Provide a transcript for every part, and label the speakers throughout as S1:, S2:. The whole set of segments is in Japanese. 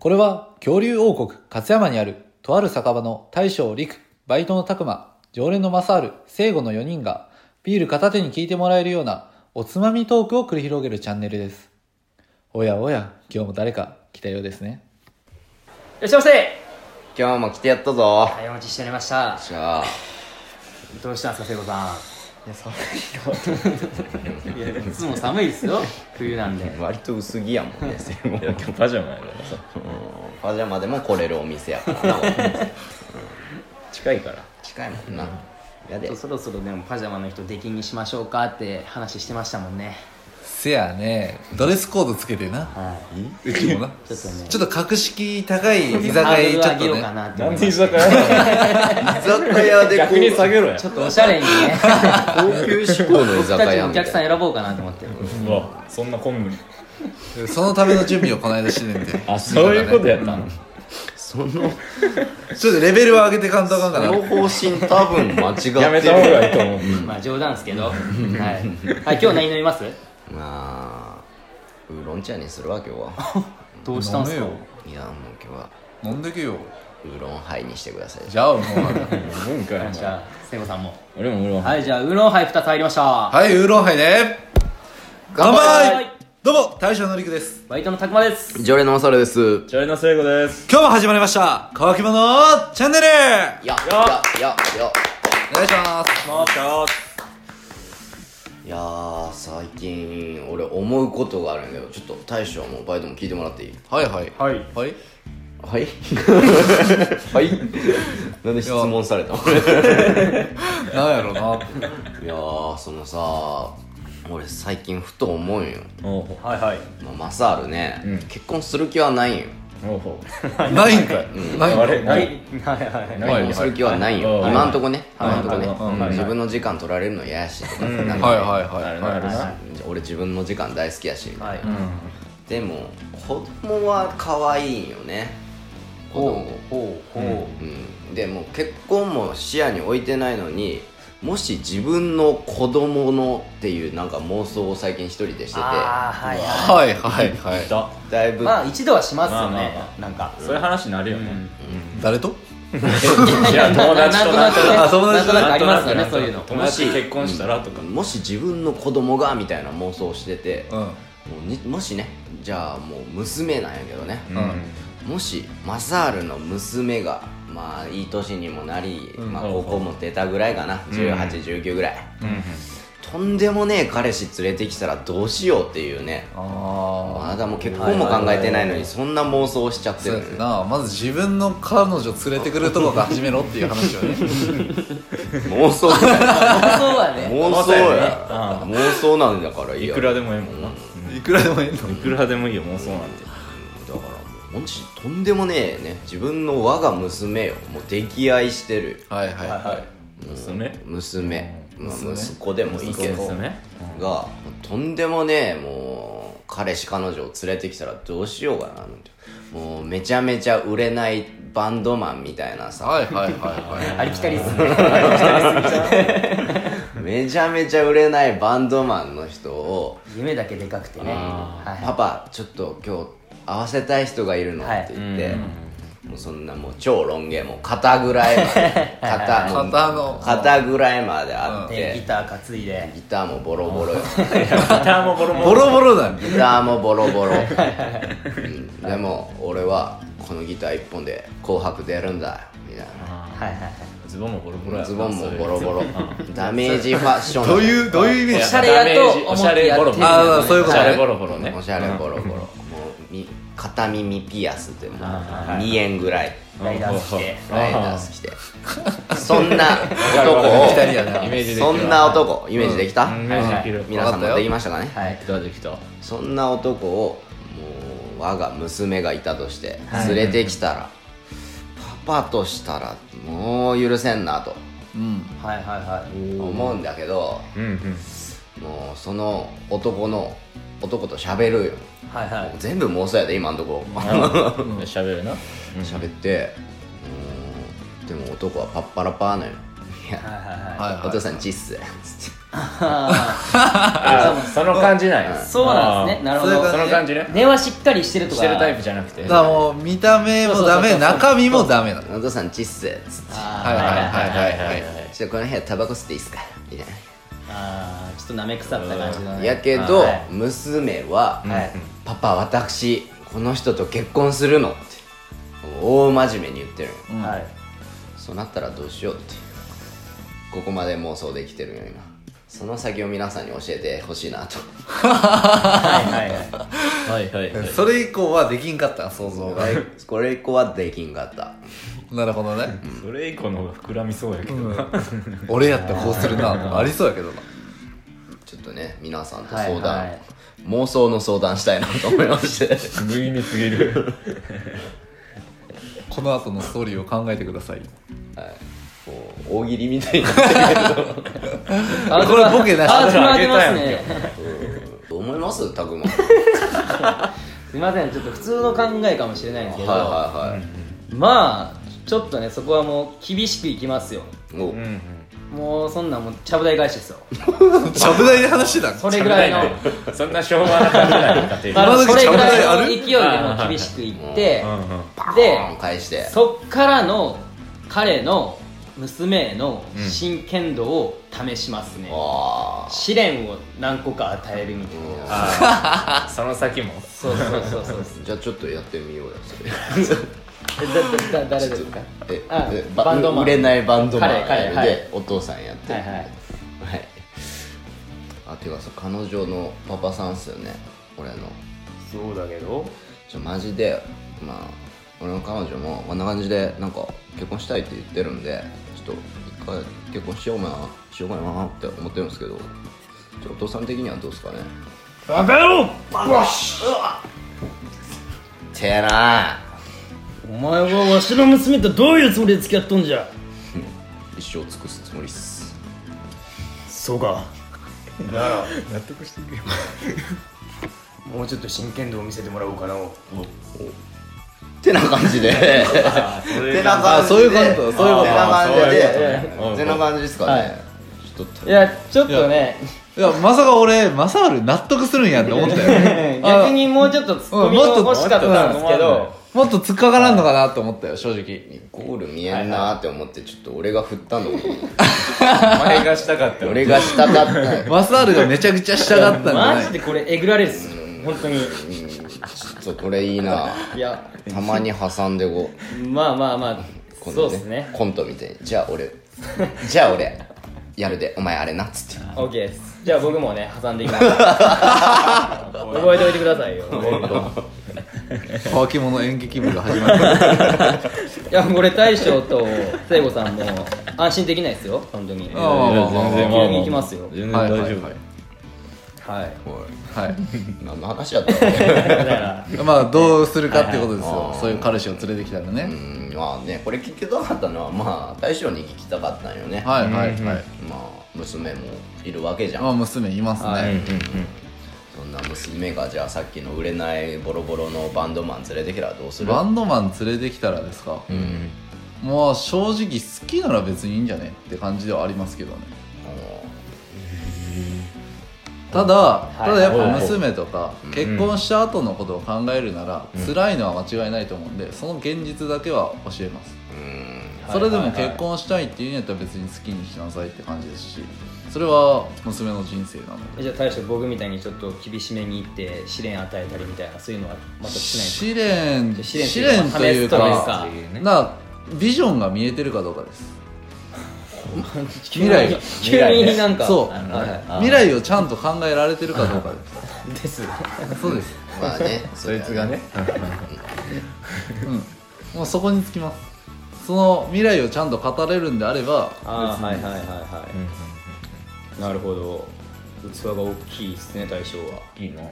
S1: これは恐竜王国勝山にあるとある酒場の大将陸、バイトの拓馬、常連の正治、聖護の4人がビール片手に聞いてもらえるようなおつまみトークを繰り広げるチャンネルです。おやおや、今日も誰か来たようですね。
S2: いらっしゃいませ
S3: 今日も来てやったぞ
S2: はい、お待ちしておりました
S3: じゃあ
S2: どうしたんですか、聖子さん いや、寒いよいや、いつも寒いですよ冬なんで
S3: 割と薄着やも んねセイモンうん
S4: 今日パジャマやからさ
S3: パジャマでも来れるお店やからな
S4: 近いから
S3: 近いもんなやで
S2: そろそろでもパジャマの人出禁にしましょうかって話してましたもんね
S1: せやね、ドレスコードつけてな。
S2: は
S1: うちもな。
S2: いちょっとね
S1: ちょっと格式高い居酒
S2: ハード
S1: 屋
S2: ル
S1: ちょ
S2: 上
S1: っ
S2: げ
S1: と
S2: よう
S1: ね
S2: か。なって
S4: な
S2: 思
S4: ん
S2: い
S4: で
S2: ま
S4: 居
S2: す
S4: 酒屋なの
S3: 酒屋で
S4: 逆に下げろや
S2: ちょっとおしゃれにね
S3: 高級志向の居
S2: 僕
S3: 酒
S2: たち
S3: 屋
S2: もお
S3: みた
S2: 客さん
S3: い
S2: 選ぼうかなと思って
S4: うわそんな昆布に
S1: そのための準備をこの間してん で。
S4: あそういうことやったの
S3: その
S1: ちょっとレベルを上げてかんとあかんか
S3: そ
S1: な
S3: の。方針多分間違ってる
S4: やめた方がいいと思う
S2: まあ冗談ですけど はい、はい、今日何飲みます
S3: まあウーロン茶にするわ今日 は
S2: どうしたんすか
S1: 飲めよ
S3: いやもう今日は
S1: 飲んでけよ。
S3: ウーロンハイにしてください
S1: じゃあもう。
S4: 文化や
S2: じゃあ聖子さんも
S4: 俺も俺も
S2: はいじゃあウーロンハイ2つ入りました
S1: はい、ウーロンハイで。乾
S2: 杯
S1: 杯どうも、大将のりくです。
S2: バイトのたくまです
S3: 常連のマサルです
S4: チャレナ聖子です
S1: 今日も始まりました、乾き物チャンネル
S3: やややや
S1: お願いします。
S4: また
S3: いやー最近俺思うことがあるんだけどちょっと大将もバイトも聞いてもらっていい
S1: はいはい。
S2: はい
S1: はい。
S3: はい はいなんで質問されたの
S1: なんやろうな。
S3: いやーそのさ俺最近ふと思うんよ、
S4: おうほ
S2: はいはい
S3: まあ、マサールね、
S4: うん
S3: 結婚する気はないんよ
S4: うおうほ
S1: ないんかい。ないん
S4: うあ
S1: か
S4: れ
S1: い。
S4: な
S2: はい
S4: い
S2: はい
S3: 結婚する気はないんよ、
S4: はい
S3: 今んとこね、
S4: はい
S3: 今んとこね、
S4: はい
S3: うん
S4: はい
S3: 自分の時間取られるの嫌やしとか、
S4: うん
S3: なんか
S1: はい
S3: ね
S1: はいはい。
S4: なるな
S3: 俺自分の時間大好きやしみたいな、
S2: はい
S3: でも子供は可愛いんよね子供
S2: ほうほう
S3: うん、でもう結婚も視野に置いてないのにもし自分の子供のっていうなんか妄想を最近一人でしてて
S2: ああはいは
S1: はいはいはい。
S4: だ
S3: だい
S2: い
S3: ぶ、
S2: まあ一度はしますよ
S4: まあまあ
S2: ね
S4: ま
S2: なんか
S4: そういう話になるよね
S1: 誰と
S4: いや友達と
S2: なんとなく
S1: あ友達
S2: なんとなくありますよ
S4: な
S2: ね
S4: んと
S2: そう
S4: な
S2: い
S4: く
S2: うの
S4: 友達と結婚したらとか
S3: もし自分の子供がみたいな妄想をしてて、
S1: う
S3: も
S1: ん。
S3: うにもしねじゃあもう娘なんやけどね、
S4: うん
S3: もしマサールの娘がまあいい年にもなり、まあ、高校も出たぐらいかな、1819ぐらい、とんでもねえ彼氏連れてきたらどうしようっていうね
S1: あ
S3: まだもう結婚も考えてないのにそんな妄想をしちゃっ
S1: あ。そ
S3: て
S1: うや
S3: る
S1: ってな。まず自分の彼女連れてくるとこから始めろっていう話をね。
S3: 妄
S2: そう
S3: 想
S2: はね
S3: 妄想や
S4: う
S3: 妄想なんだからい
S4: い
S3: や
S4: くらでもええもんない
S1: くらでもいいの。
S4: いくらでもいいよ妄想なんて
S3: だからもしとんでもねえね自分の我が娘よもう溺愛してる
S1: はいはいは
S4: 娘
S3: 娘、まあ、
S1: 娘。
S3: 息子でもいいけど
S4: 娘
S3: がとんでもねえもう彼氏彼女を連れてきたらどうしようかななんてもうめちゃめちゃ売れないバンドマンみたいないさ
S1: はいはいはい はい。
S2: ありきたりっすね
S3: めちゃめちゃ売れないバンドマンの人を
S2: 夢だけでかくてね
S3: パ
S2: は
S3: パちょっと今日会わせたい人がいるの」
S2: はい
S3: って言って、もうそんなもう超ロン毛もう肩ぐらいま で肩もう
S1: 肩の
S3: 肩ぐらいまであっ
S2: いでギ
S3: て、
S2: ター担いで
S3: ギターもボロボロよ
S4: ギターもボロボ
S1: ボロボロだね。
S3: ギターもボロボ ロ、うんでも俺はこのギター一本で「紅白」出るんだよみたい
S2: はいはいはい
S4: ズボンもボロボロや
S3: な
S4: な
S3: ズボンもボロ
S4: そ
S3: ボロダメージファッション
S1: どういう、どういうイメー
S2: お
S1: ジ
S2: しゃれやと
S4: お
S2: 思
S4: し
S2: っ
S4: ゃ
S2: て
S4: れ
S2: やってる
S4: ボロ
S2: ん
S4: ボ
S2: だ
S4: ロ
S2: よね
S1: あーそういう
S4: お
S1: こ
S4: し
S1: と
S4: ゃ
S1: ね
S4: れボロボロね
S3: おしゃれボロボロ、もうみ片耳ピアスでも2円ぐらい
S2: ライダース着て
S3: ライダース着てそんな男
S1: 二人や
S3: を
S1: な
S4: イメージできた
S3: そんな男イメージできた、
S4: イメージできる
S3: 皆さ
S1: わ
S3: ん
S1: かった
S3: も
S1: よ
S3: できましたかね
S2: はい
S4: どうできた
S3: そんな男をもう我が娘がいたとして連れてきたら、パパとしたらもう許せんなと
S1: うん。
S2: はいはいはい
S3: 思うんだけど、
S4: うんうん
S3: もうその男の男と喋るよ
S2: はいはい
S3: 全部妄想やで今んとこ
S4: しゃべるな
S3: 喋って、うーん、でも男はパッパラパーなのよ。いや、
S2: はいはいはい
S1: はいはい
S3: お父さんちっす。つって
S4: あその感じなんや
S2: そうなんですねなるほど
S1: そういう
S4: そ
S1: 感
S4: の
S1: じ
S4: 感じね
S2: 根はしっかりしてると
S4: し
S2: か
S4: てるタイプじゃなくて
S1: だからもう見た目もダメ中身もダメなの
S3: お父さんちっせっつって
S1: はいはい
S2: あ
S1: はいはいはい
S3: 「ちょっとこの部屋タバコ吸っていいっすか?」みたい
S2: ーあーちょっとなめ腐った感じの
S3: な
S2: ね
S3: やけど
S2: はい
S3: 娘は
S2: はい
S3: 「パパ私この人と結婚するの」って大真面目に言ってるの
S2: はい
S3: そうなったらどうしようってここまで妄想できてるよ今その先を皆さんに教えてほしいなと
S2: はいはいはい
S4: はいはいはい
S1: それ以降はできんかったな想像が
S3: これ以降はできんかった
S1: なるほどね
S4: それ以降の方が膨らみそうやけどな
S1: 俺やったらこうするなありそうやけどな
S3: ちょっとね皆さんと相談、
S2: はいはい
S3: 妄想の相談したいなと思いまして
S4: 無意味すぎる
S1: この後のストーリーを考えてください
S3: こう大喜利み たいな
S1: これボケなし
S2: ハードル上げます
S4: 上げ
S2: ね
S3: どう思いますたくまはい
S2: すいませんちょっと普通の考えかもしれないんですけど
S3: は
S2: まあちょっとねそこはもう厳しくいきますよ
S3: いはいお、
S4: うんうん
S2: もうそんなんもうちゃぶ台返し ですよ
S1: ちゃぶ台で話してたん
S2: それぐらいの
S4: そんな昭和な感じなんかっていう
S2: あ
S1: 今
S2: のそ
S1: 時
S2: れ
S1: ちゃ
S2: ぐ
S1: ぶ台
S2: ら
S1: あ
S2: いの
S1: る
S2: 勢いでもう厳しくいって
S4: うんうん
S2: で
S3: パーン返して
S2: そっからの彼の娘への真剣度を試しますね、
S3: あ
S2: 試練を何個か与えるみたいな、
S3: あ
S4: あーその先も
S2: そうそうそうそうそ
S3: じゃあちょっとやってみようよそれ
S2: うだだ誰ですか
S3: え
S2: あ
S3: え
S2: バンドマン
S3: 売れないバンドマンで
S2: 彼彼はい
S3: お父さんやって
S2: はいはい
S3: はいあていうかさ彼女のパパさんっすよね俺の
S4: そうだけど
S3: ちょマジでまあ俺の彼女もこんな感じでなんか結婚したいって言ってるんでちょっと一回結婚しようかなしようかなって思ってるんですけどちょお父さん的にはどうですかね
S4: バカ野郎
S3: てえな
S2: お前はわしの娘とどういうつもりで付き合っとんじゃ
S3: 一生尽くすつもりっす
S2: そうかなら納得していくよもうちょっと真剣度を見せてもらおうかな
S3: てな感じでてな感じで
S1: そういうことそういうこと
S3: てな感じで
S4: そういうことね
S3: てな感じですか
S2: は
S3: ね
S2: い
S3: ちょっと
S2: いやちょっとね
S1: いやまさか俺マサール納得するんやって思ったよ
S2: 逆にもうちょっとツッコミが欲しかったんですけど
S1: もっと突っかからんのかなと思ったよ正直
S3: ゴール見えんなーって思ってちょっと俺が振ったのに
S4: お前がしたかった
S3: 俺がしたかった
S1: マサールがめちゃくちゃしたかったんじゃな
S2: マ
S1: い
S2: ジでこれえぐられるっす本当に
S3: うんちょっとこれいいない
S2: や
S3: たまに挟んでこう
S2: まあまあまあ
S3: 今
S2: そ
S3: 度
S2: うですね
S3: コントみたいにじゃあ俺じゃあ俺やるでお前あれなっつって
S2: OK ですじゃあ僕もね挟んでい きます覚えておいてくださいよ
S1: 乾き物演劇部が始まった
S2: いやこれ大将と聖子さんも安心できないですよ本当に
S1: あ
S2: は
S1: あまあまあまあ
S4: 全然まあまあ
S2: 急に行きますよ
S4: 全然
S1: は
S4: 大
S1: いはい
S4: 丈夫
S1: はい
S2: い
S1: はい
S3: 何の話だったのう
S2: だから
S1: まあどうするかってことですよ、
S3: はいはいあー
S1: そういう彼氏を連れてきたらね、
S3: んまあねこれ聞きたかったのはまあ大将に聞きたかったんよね
S1: はいはいはい、
S3: まあ娘もいるわけじゃん
S1: まあ娘いますね、
S2: は
S3: そんな娘がじゃあさっきの売れないボロボロのバンドマン連れてきたらどうする
S1: バンドマン連れてきたらですか、
S3: うん
S1: まあ正直好きなら別にいいんじゃねって感じではありますけどねただ、ただやっぱ娘とか結婚した後のことを考えるなら、辛いのは間違いないと思うんでその現実だけは教えます、
S3: うん
S1: それでも結婚したいっていうんやったら別に好きにしなさいって感じですしそれは娘の人生なので
S2: じゃあ大将僕みたいにちょっと厳しめに行って試練与えたりみたいなそういうのはまたしないんですか
S1: 試練
S2: 試練
S1: 試練という
S2: 試
S1: か
S2: すか
S1: なビジョンが見えてるかどうか です未来
S2: 急に急になんか
S1: そう
S2: は
S1: 未来をちゃんと考えられてるかどうかで
S2: い です
S1: すそうです
S3: まあね
S4: そいつがね
S1: うんもうそこにつきますその未来をちゃんと語れるんであれば
S2: ああはいはいはいはい、なるほど器が大きいですね大将はい
S4: いの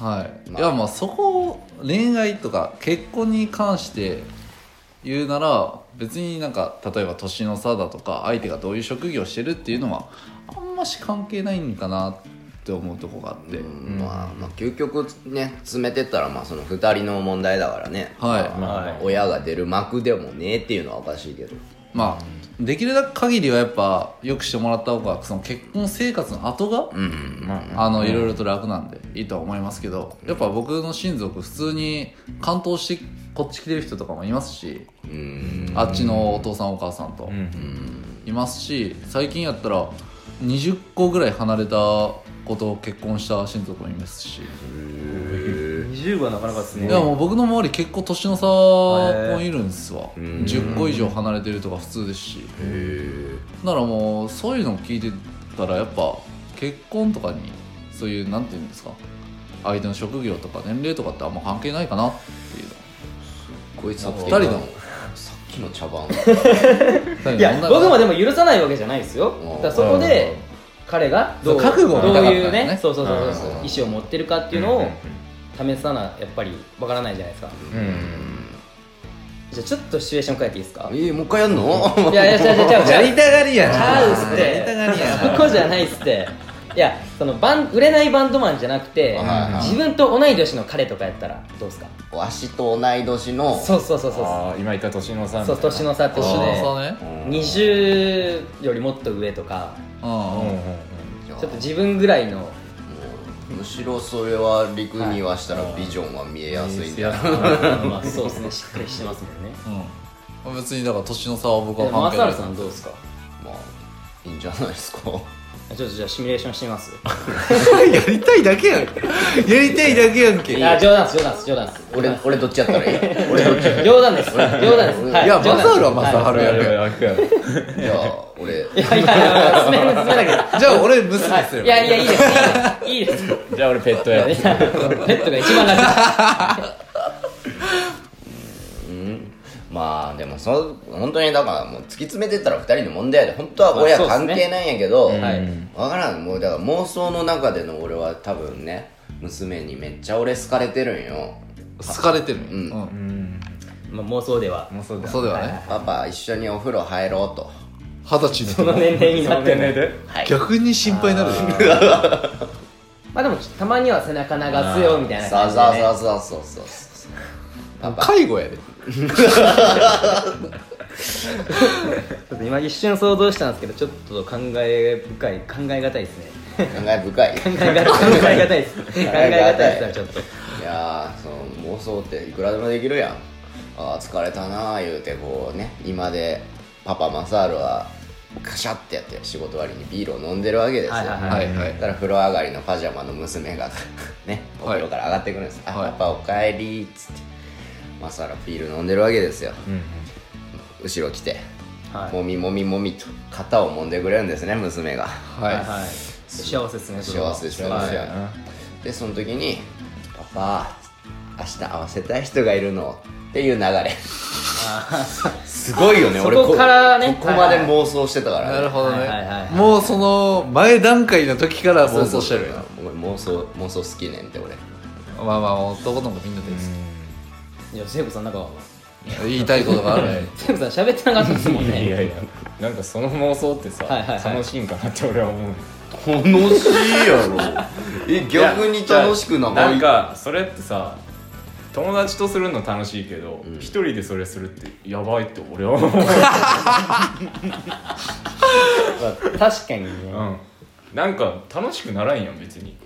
S1: はい、
S3: ま
S1: い
S3: あ
S1: やまあそこを恋愛とか結婚に関して言うなら別になんか例えば年の差だとか相手がどういう職業してるっていうのはあんまし関係ないんかなって思うとこがあって、
S3: うんまあ、まあ究極ね詰めてったらまあその2人の問題だからね
S1: はい、
S4: まあ
S2: はい
S3: 親が出る幕でもねえっていうのはおかしいけど
S1: まあできるだけ限りはやっぱよくしてもらった方がその結婚生活の後が
S3: うん
S4: まあね
S1: あのいろいろと楽なんでいいとは思いますけどやっぱ僕の親族普通に関東してこっち来てる人とかもいますし
S3: うん
S1: あっちのお父さんお母さんと
S4: うん
S1: いますし最近やったら20個ぐらい離れた子と結婚した親族もいますし
S4: 20はなかなかです
S1: い
S4: ね
S1: やもう僕の周り結構年の差
S4: へー
S1: もいるんですわ
S3: うん
S1: 10個以上離れてるとか普通ですし
S3: へ
S1: だからもうそういうのを聞いてたらやっぱ結婚とかにそういうなんていうんですか相手の職業とか年齢とかってあんま関係ないかなっていう
S3: こいつは
S1: 二人の
S3: さっきの茶番
S1: の
S2: いや
S1: 女の子
S2: 僕もでも許さないわけじゃないですよ
S3: うん
S2: だからそこで彼がど
S1: そ
S2: う
S1: う覚悟を
S2: どうい
S1: 見たかった
S2: うん
S1: だよ
S2: ね
S1: ね
S2: そうそうそうそう
S3: うん
S2: 意思を持ってるかっていうのを試さなやっぱりわからないじゃないですか
S4: うんうん
S2: じゃあちょっとシチュエーション変えていいですか
S3: えー、もう一回やんの
S2: いやいや違う違う違う違う
S4: やりたがりや
S2: ち
S4: な
S2: ゃうっすってそこじゃないっすっていやそのバン売れないバンドマンじゃなくて
S3: はいはい
S2: 自分と同い年の彼とかやったらどうですか
S3: わしと同い年の
S2: そうそうそうそう
S4: あー今言った年のさ
S2: そう年の差って
S1: 年
S2: ことで
S1: の差ね
S3: うん
S2: 20よりもっと上とか
S1: うんうん
S3: じゃあ
S2: ちょっと自分ぐらいの
S3: むしろそれは陸にはしたらビジョンは見えやすいんだよ、
S2: まあそうですねしっかりしてますもんね
S1: うん別にだから年の差は僕は関
S2: マ
S1: 係
S2: サ
S1: な
S2: ル
S1: い
S2: さんどうですか
S3: まあいいんじゃないですか
S2: ちょっとじゃあシミュレーションしてみます
S4: やりたいだけやんやりたいだけやんけ
S2: いや冗談です冗談です冗談です
S3: 俺俺どっちやったらいい 俺どっち
S2: 冗談です冗談ですはい
S1: や
S2: 冗談
S1: マ
S2: です
S1: サルはマサル
S2: は
S1: やるや
S3: じゃあ 俺
S2: いい やいやいや娘娘だけど
S1: じゃあ俺娘にすれ
S2: い
S1: ば
S2: やいやいいですいいですいいです
S4: じゃあ俺ペット
S2: ペ
S4: や
S2: ットが一番楽
S3: うんまあでもそ本当にだからもう突き詰めてったら二人の問題やで本当は親
S2: まあそう
S3: 関
S2: っすね
S3: 係ないんやけど、
S2: んはい
S3: わからんもうだから妄想の中での俺は多分ね娘にめっちゃ俺好かれてるんよ
S1: 好かれてるね
S3: う
S1: う
S3: ん
S1: ん
S4: うん
S2: まあ妄想では
S4: もうそうだ
S1: そうではね
S3: パパ一緒にお風呂入ろうと
S1: 二十歳
S2: そ
S1: の
S2: の
S1: 時
S2: 年齢にな
S4: 3
S2: って
S4: 年齢
S2: も
S4: で
S3: はい
S1: 逆に心配になるよ
S2: まあでもたまには背中流すよみたいな
S3: そう
S2: 感じでね
S3: そうそうそうそうそうそうパパ
S1: 介護やで
S2: ちょっと今一瞬想像したんですけどちょっと考え深い考え難いですね
S3: 感慨深い
S2: 考え難い考え難いです考え難いですわちょっと
S3: いやーその妄想っていくらでもできるやんあー疲れたなー言うてこうね今でパパマサールはカシャってやって仕事終わりにビールを飲んでるわけですよ、
S2: はいはいはい
S1: はいはい
S3: だから風呂上がりのパジャマの娘がねお風呂から上がってくるんです、
S1: はい
S3: あパパおかえりっつってマサールはビール飲んでるわけですよ後ろ来て、
S2: はい
S3: もみもみもみと肩を揉んでくれるんですね娘が
S1: はい
S2: はいはい幸せですねそれは
S3: 幸せですね
S2: はい
S3: 幸せやなでその時に「パパ明日会わせたい人がいるの」っていう流れすごいよね
S2: そこ
S3: 俺こ
S2: からね
S3: ここまで妄想してたから、ね
S1: なるほどね、
S2: はいはいはいはい
S1: もうその前段階の時から
S3: そう
S1: 妄
S3: そう
S1: 想してるよ
S3: 俺妄想妄想好きねんって俺
S1: まあまあ男の子みんなです、
S2: いや聖子さんなんか
S1: 言いたいことがあるね
S2: 聖子さん喋ってなかったですもん
S4: い
S2: ね
S4: やいやなんかその妄想ってさ
S2: はいはいはい
S4: 楽しいんかなって俺は思う
S3: 楽しいやろえ逆に楽しくな
S4: なん
S3: か
S4: かそれってさ友達とするの楽しいけど一人でそれするってやばいって俺は思う
S2: 確かにね
S4: うんなんか楽しくならんやん別に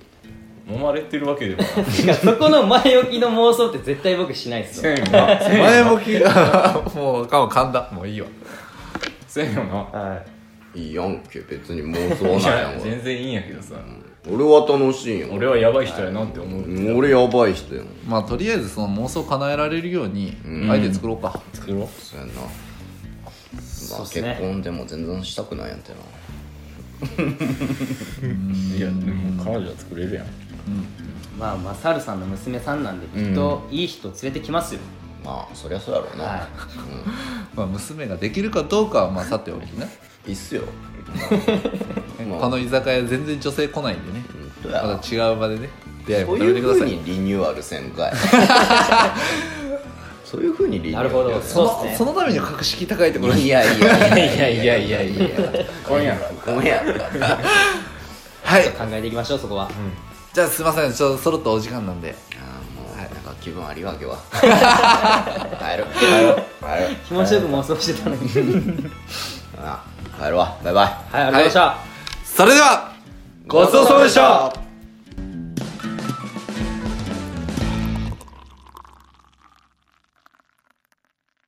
S4: 揉まれてるわけでもない
S2: てかそこの前置きの妄想って絶対僕しないっすよ
S4: せんよなせんよ
S1: 前向きが もうかも噛んだもういいわ
S4: せんよない
S3: いやんけ別に妄想
S4: い
S3: なん
S4: や
S3: やん
S4: 全然いいんやけどさ
S3: 俺は楽しいよ
S4: 俺はやばい人やなって思う
S3: 俺やばい人やん
S1: まあとりあえずその妄想叶えられるように
S3: うん
S1: 相手作ろうか、
S4: 作ろう
S3: そうやんな、ま
S2: う
S3: あ、
S2: っす
S3: 結
S2: ね
S3: 婚でも全然したくないやんってない
S4: やでも彼女は作れるやん
S2: まあマサルさんの娘さんなんできっといい人連れてきますよ
S3: まあそりゃそうやろうな、
S2: は
S1: まあ、娘ができるかどうかはまあさておきね
S3: いいっす よまあ
S1: この居酒屋全然女性来ないんでね
S3: 本当や
S1: また違う場でね出会い
S3: そ
S1: も
S3: う
S1: 食べ
S3: い
S1: て
S3: う
S1: くだ
S3: ふう
S1: さい
S3: にリニューアルせん かいそういうふうにリニューアル
S2: なるほど
S1: そ
S2: そうっすね
S1: のそのためには格式高いところに
S3: いやいやいやいや
S1: いやいやいやいや
S4: 今夜
S3: ごめんやろ
S1: はい
S2: 考えていきましょうそこは
S1: じゃあすいませんちょっとそろっとお時間なんで
S3: あーもうなんか気分悪いわ今日 は帰る帰る帰る
S2: 気持ちよく妄想してた のにはいありがとう
S3: あ帰るわバイバイ
S2: ございました、
S1: それではごちそうさまでした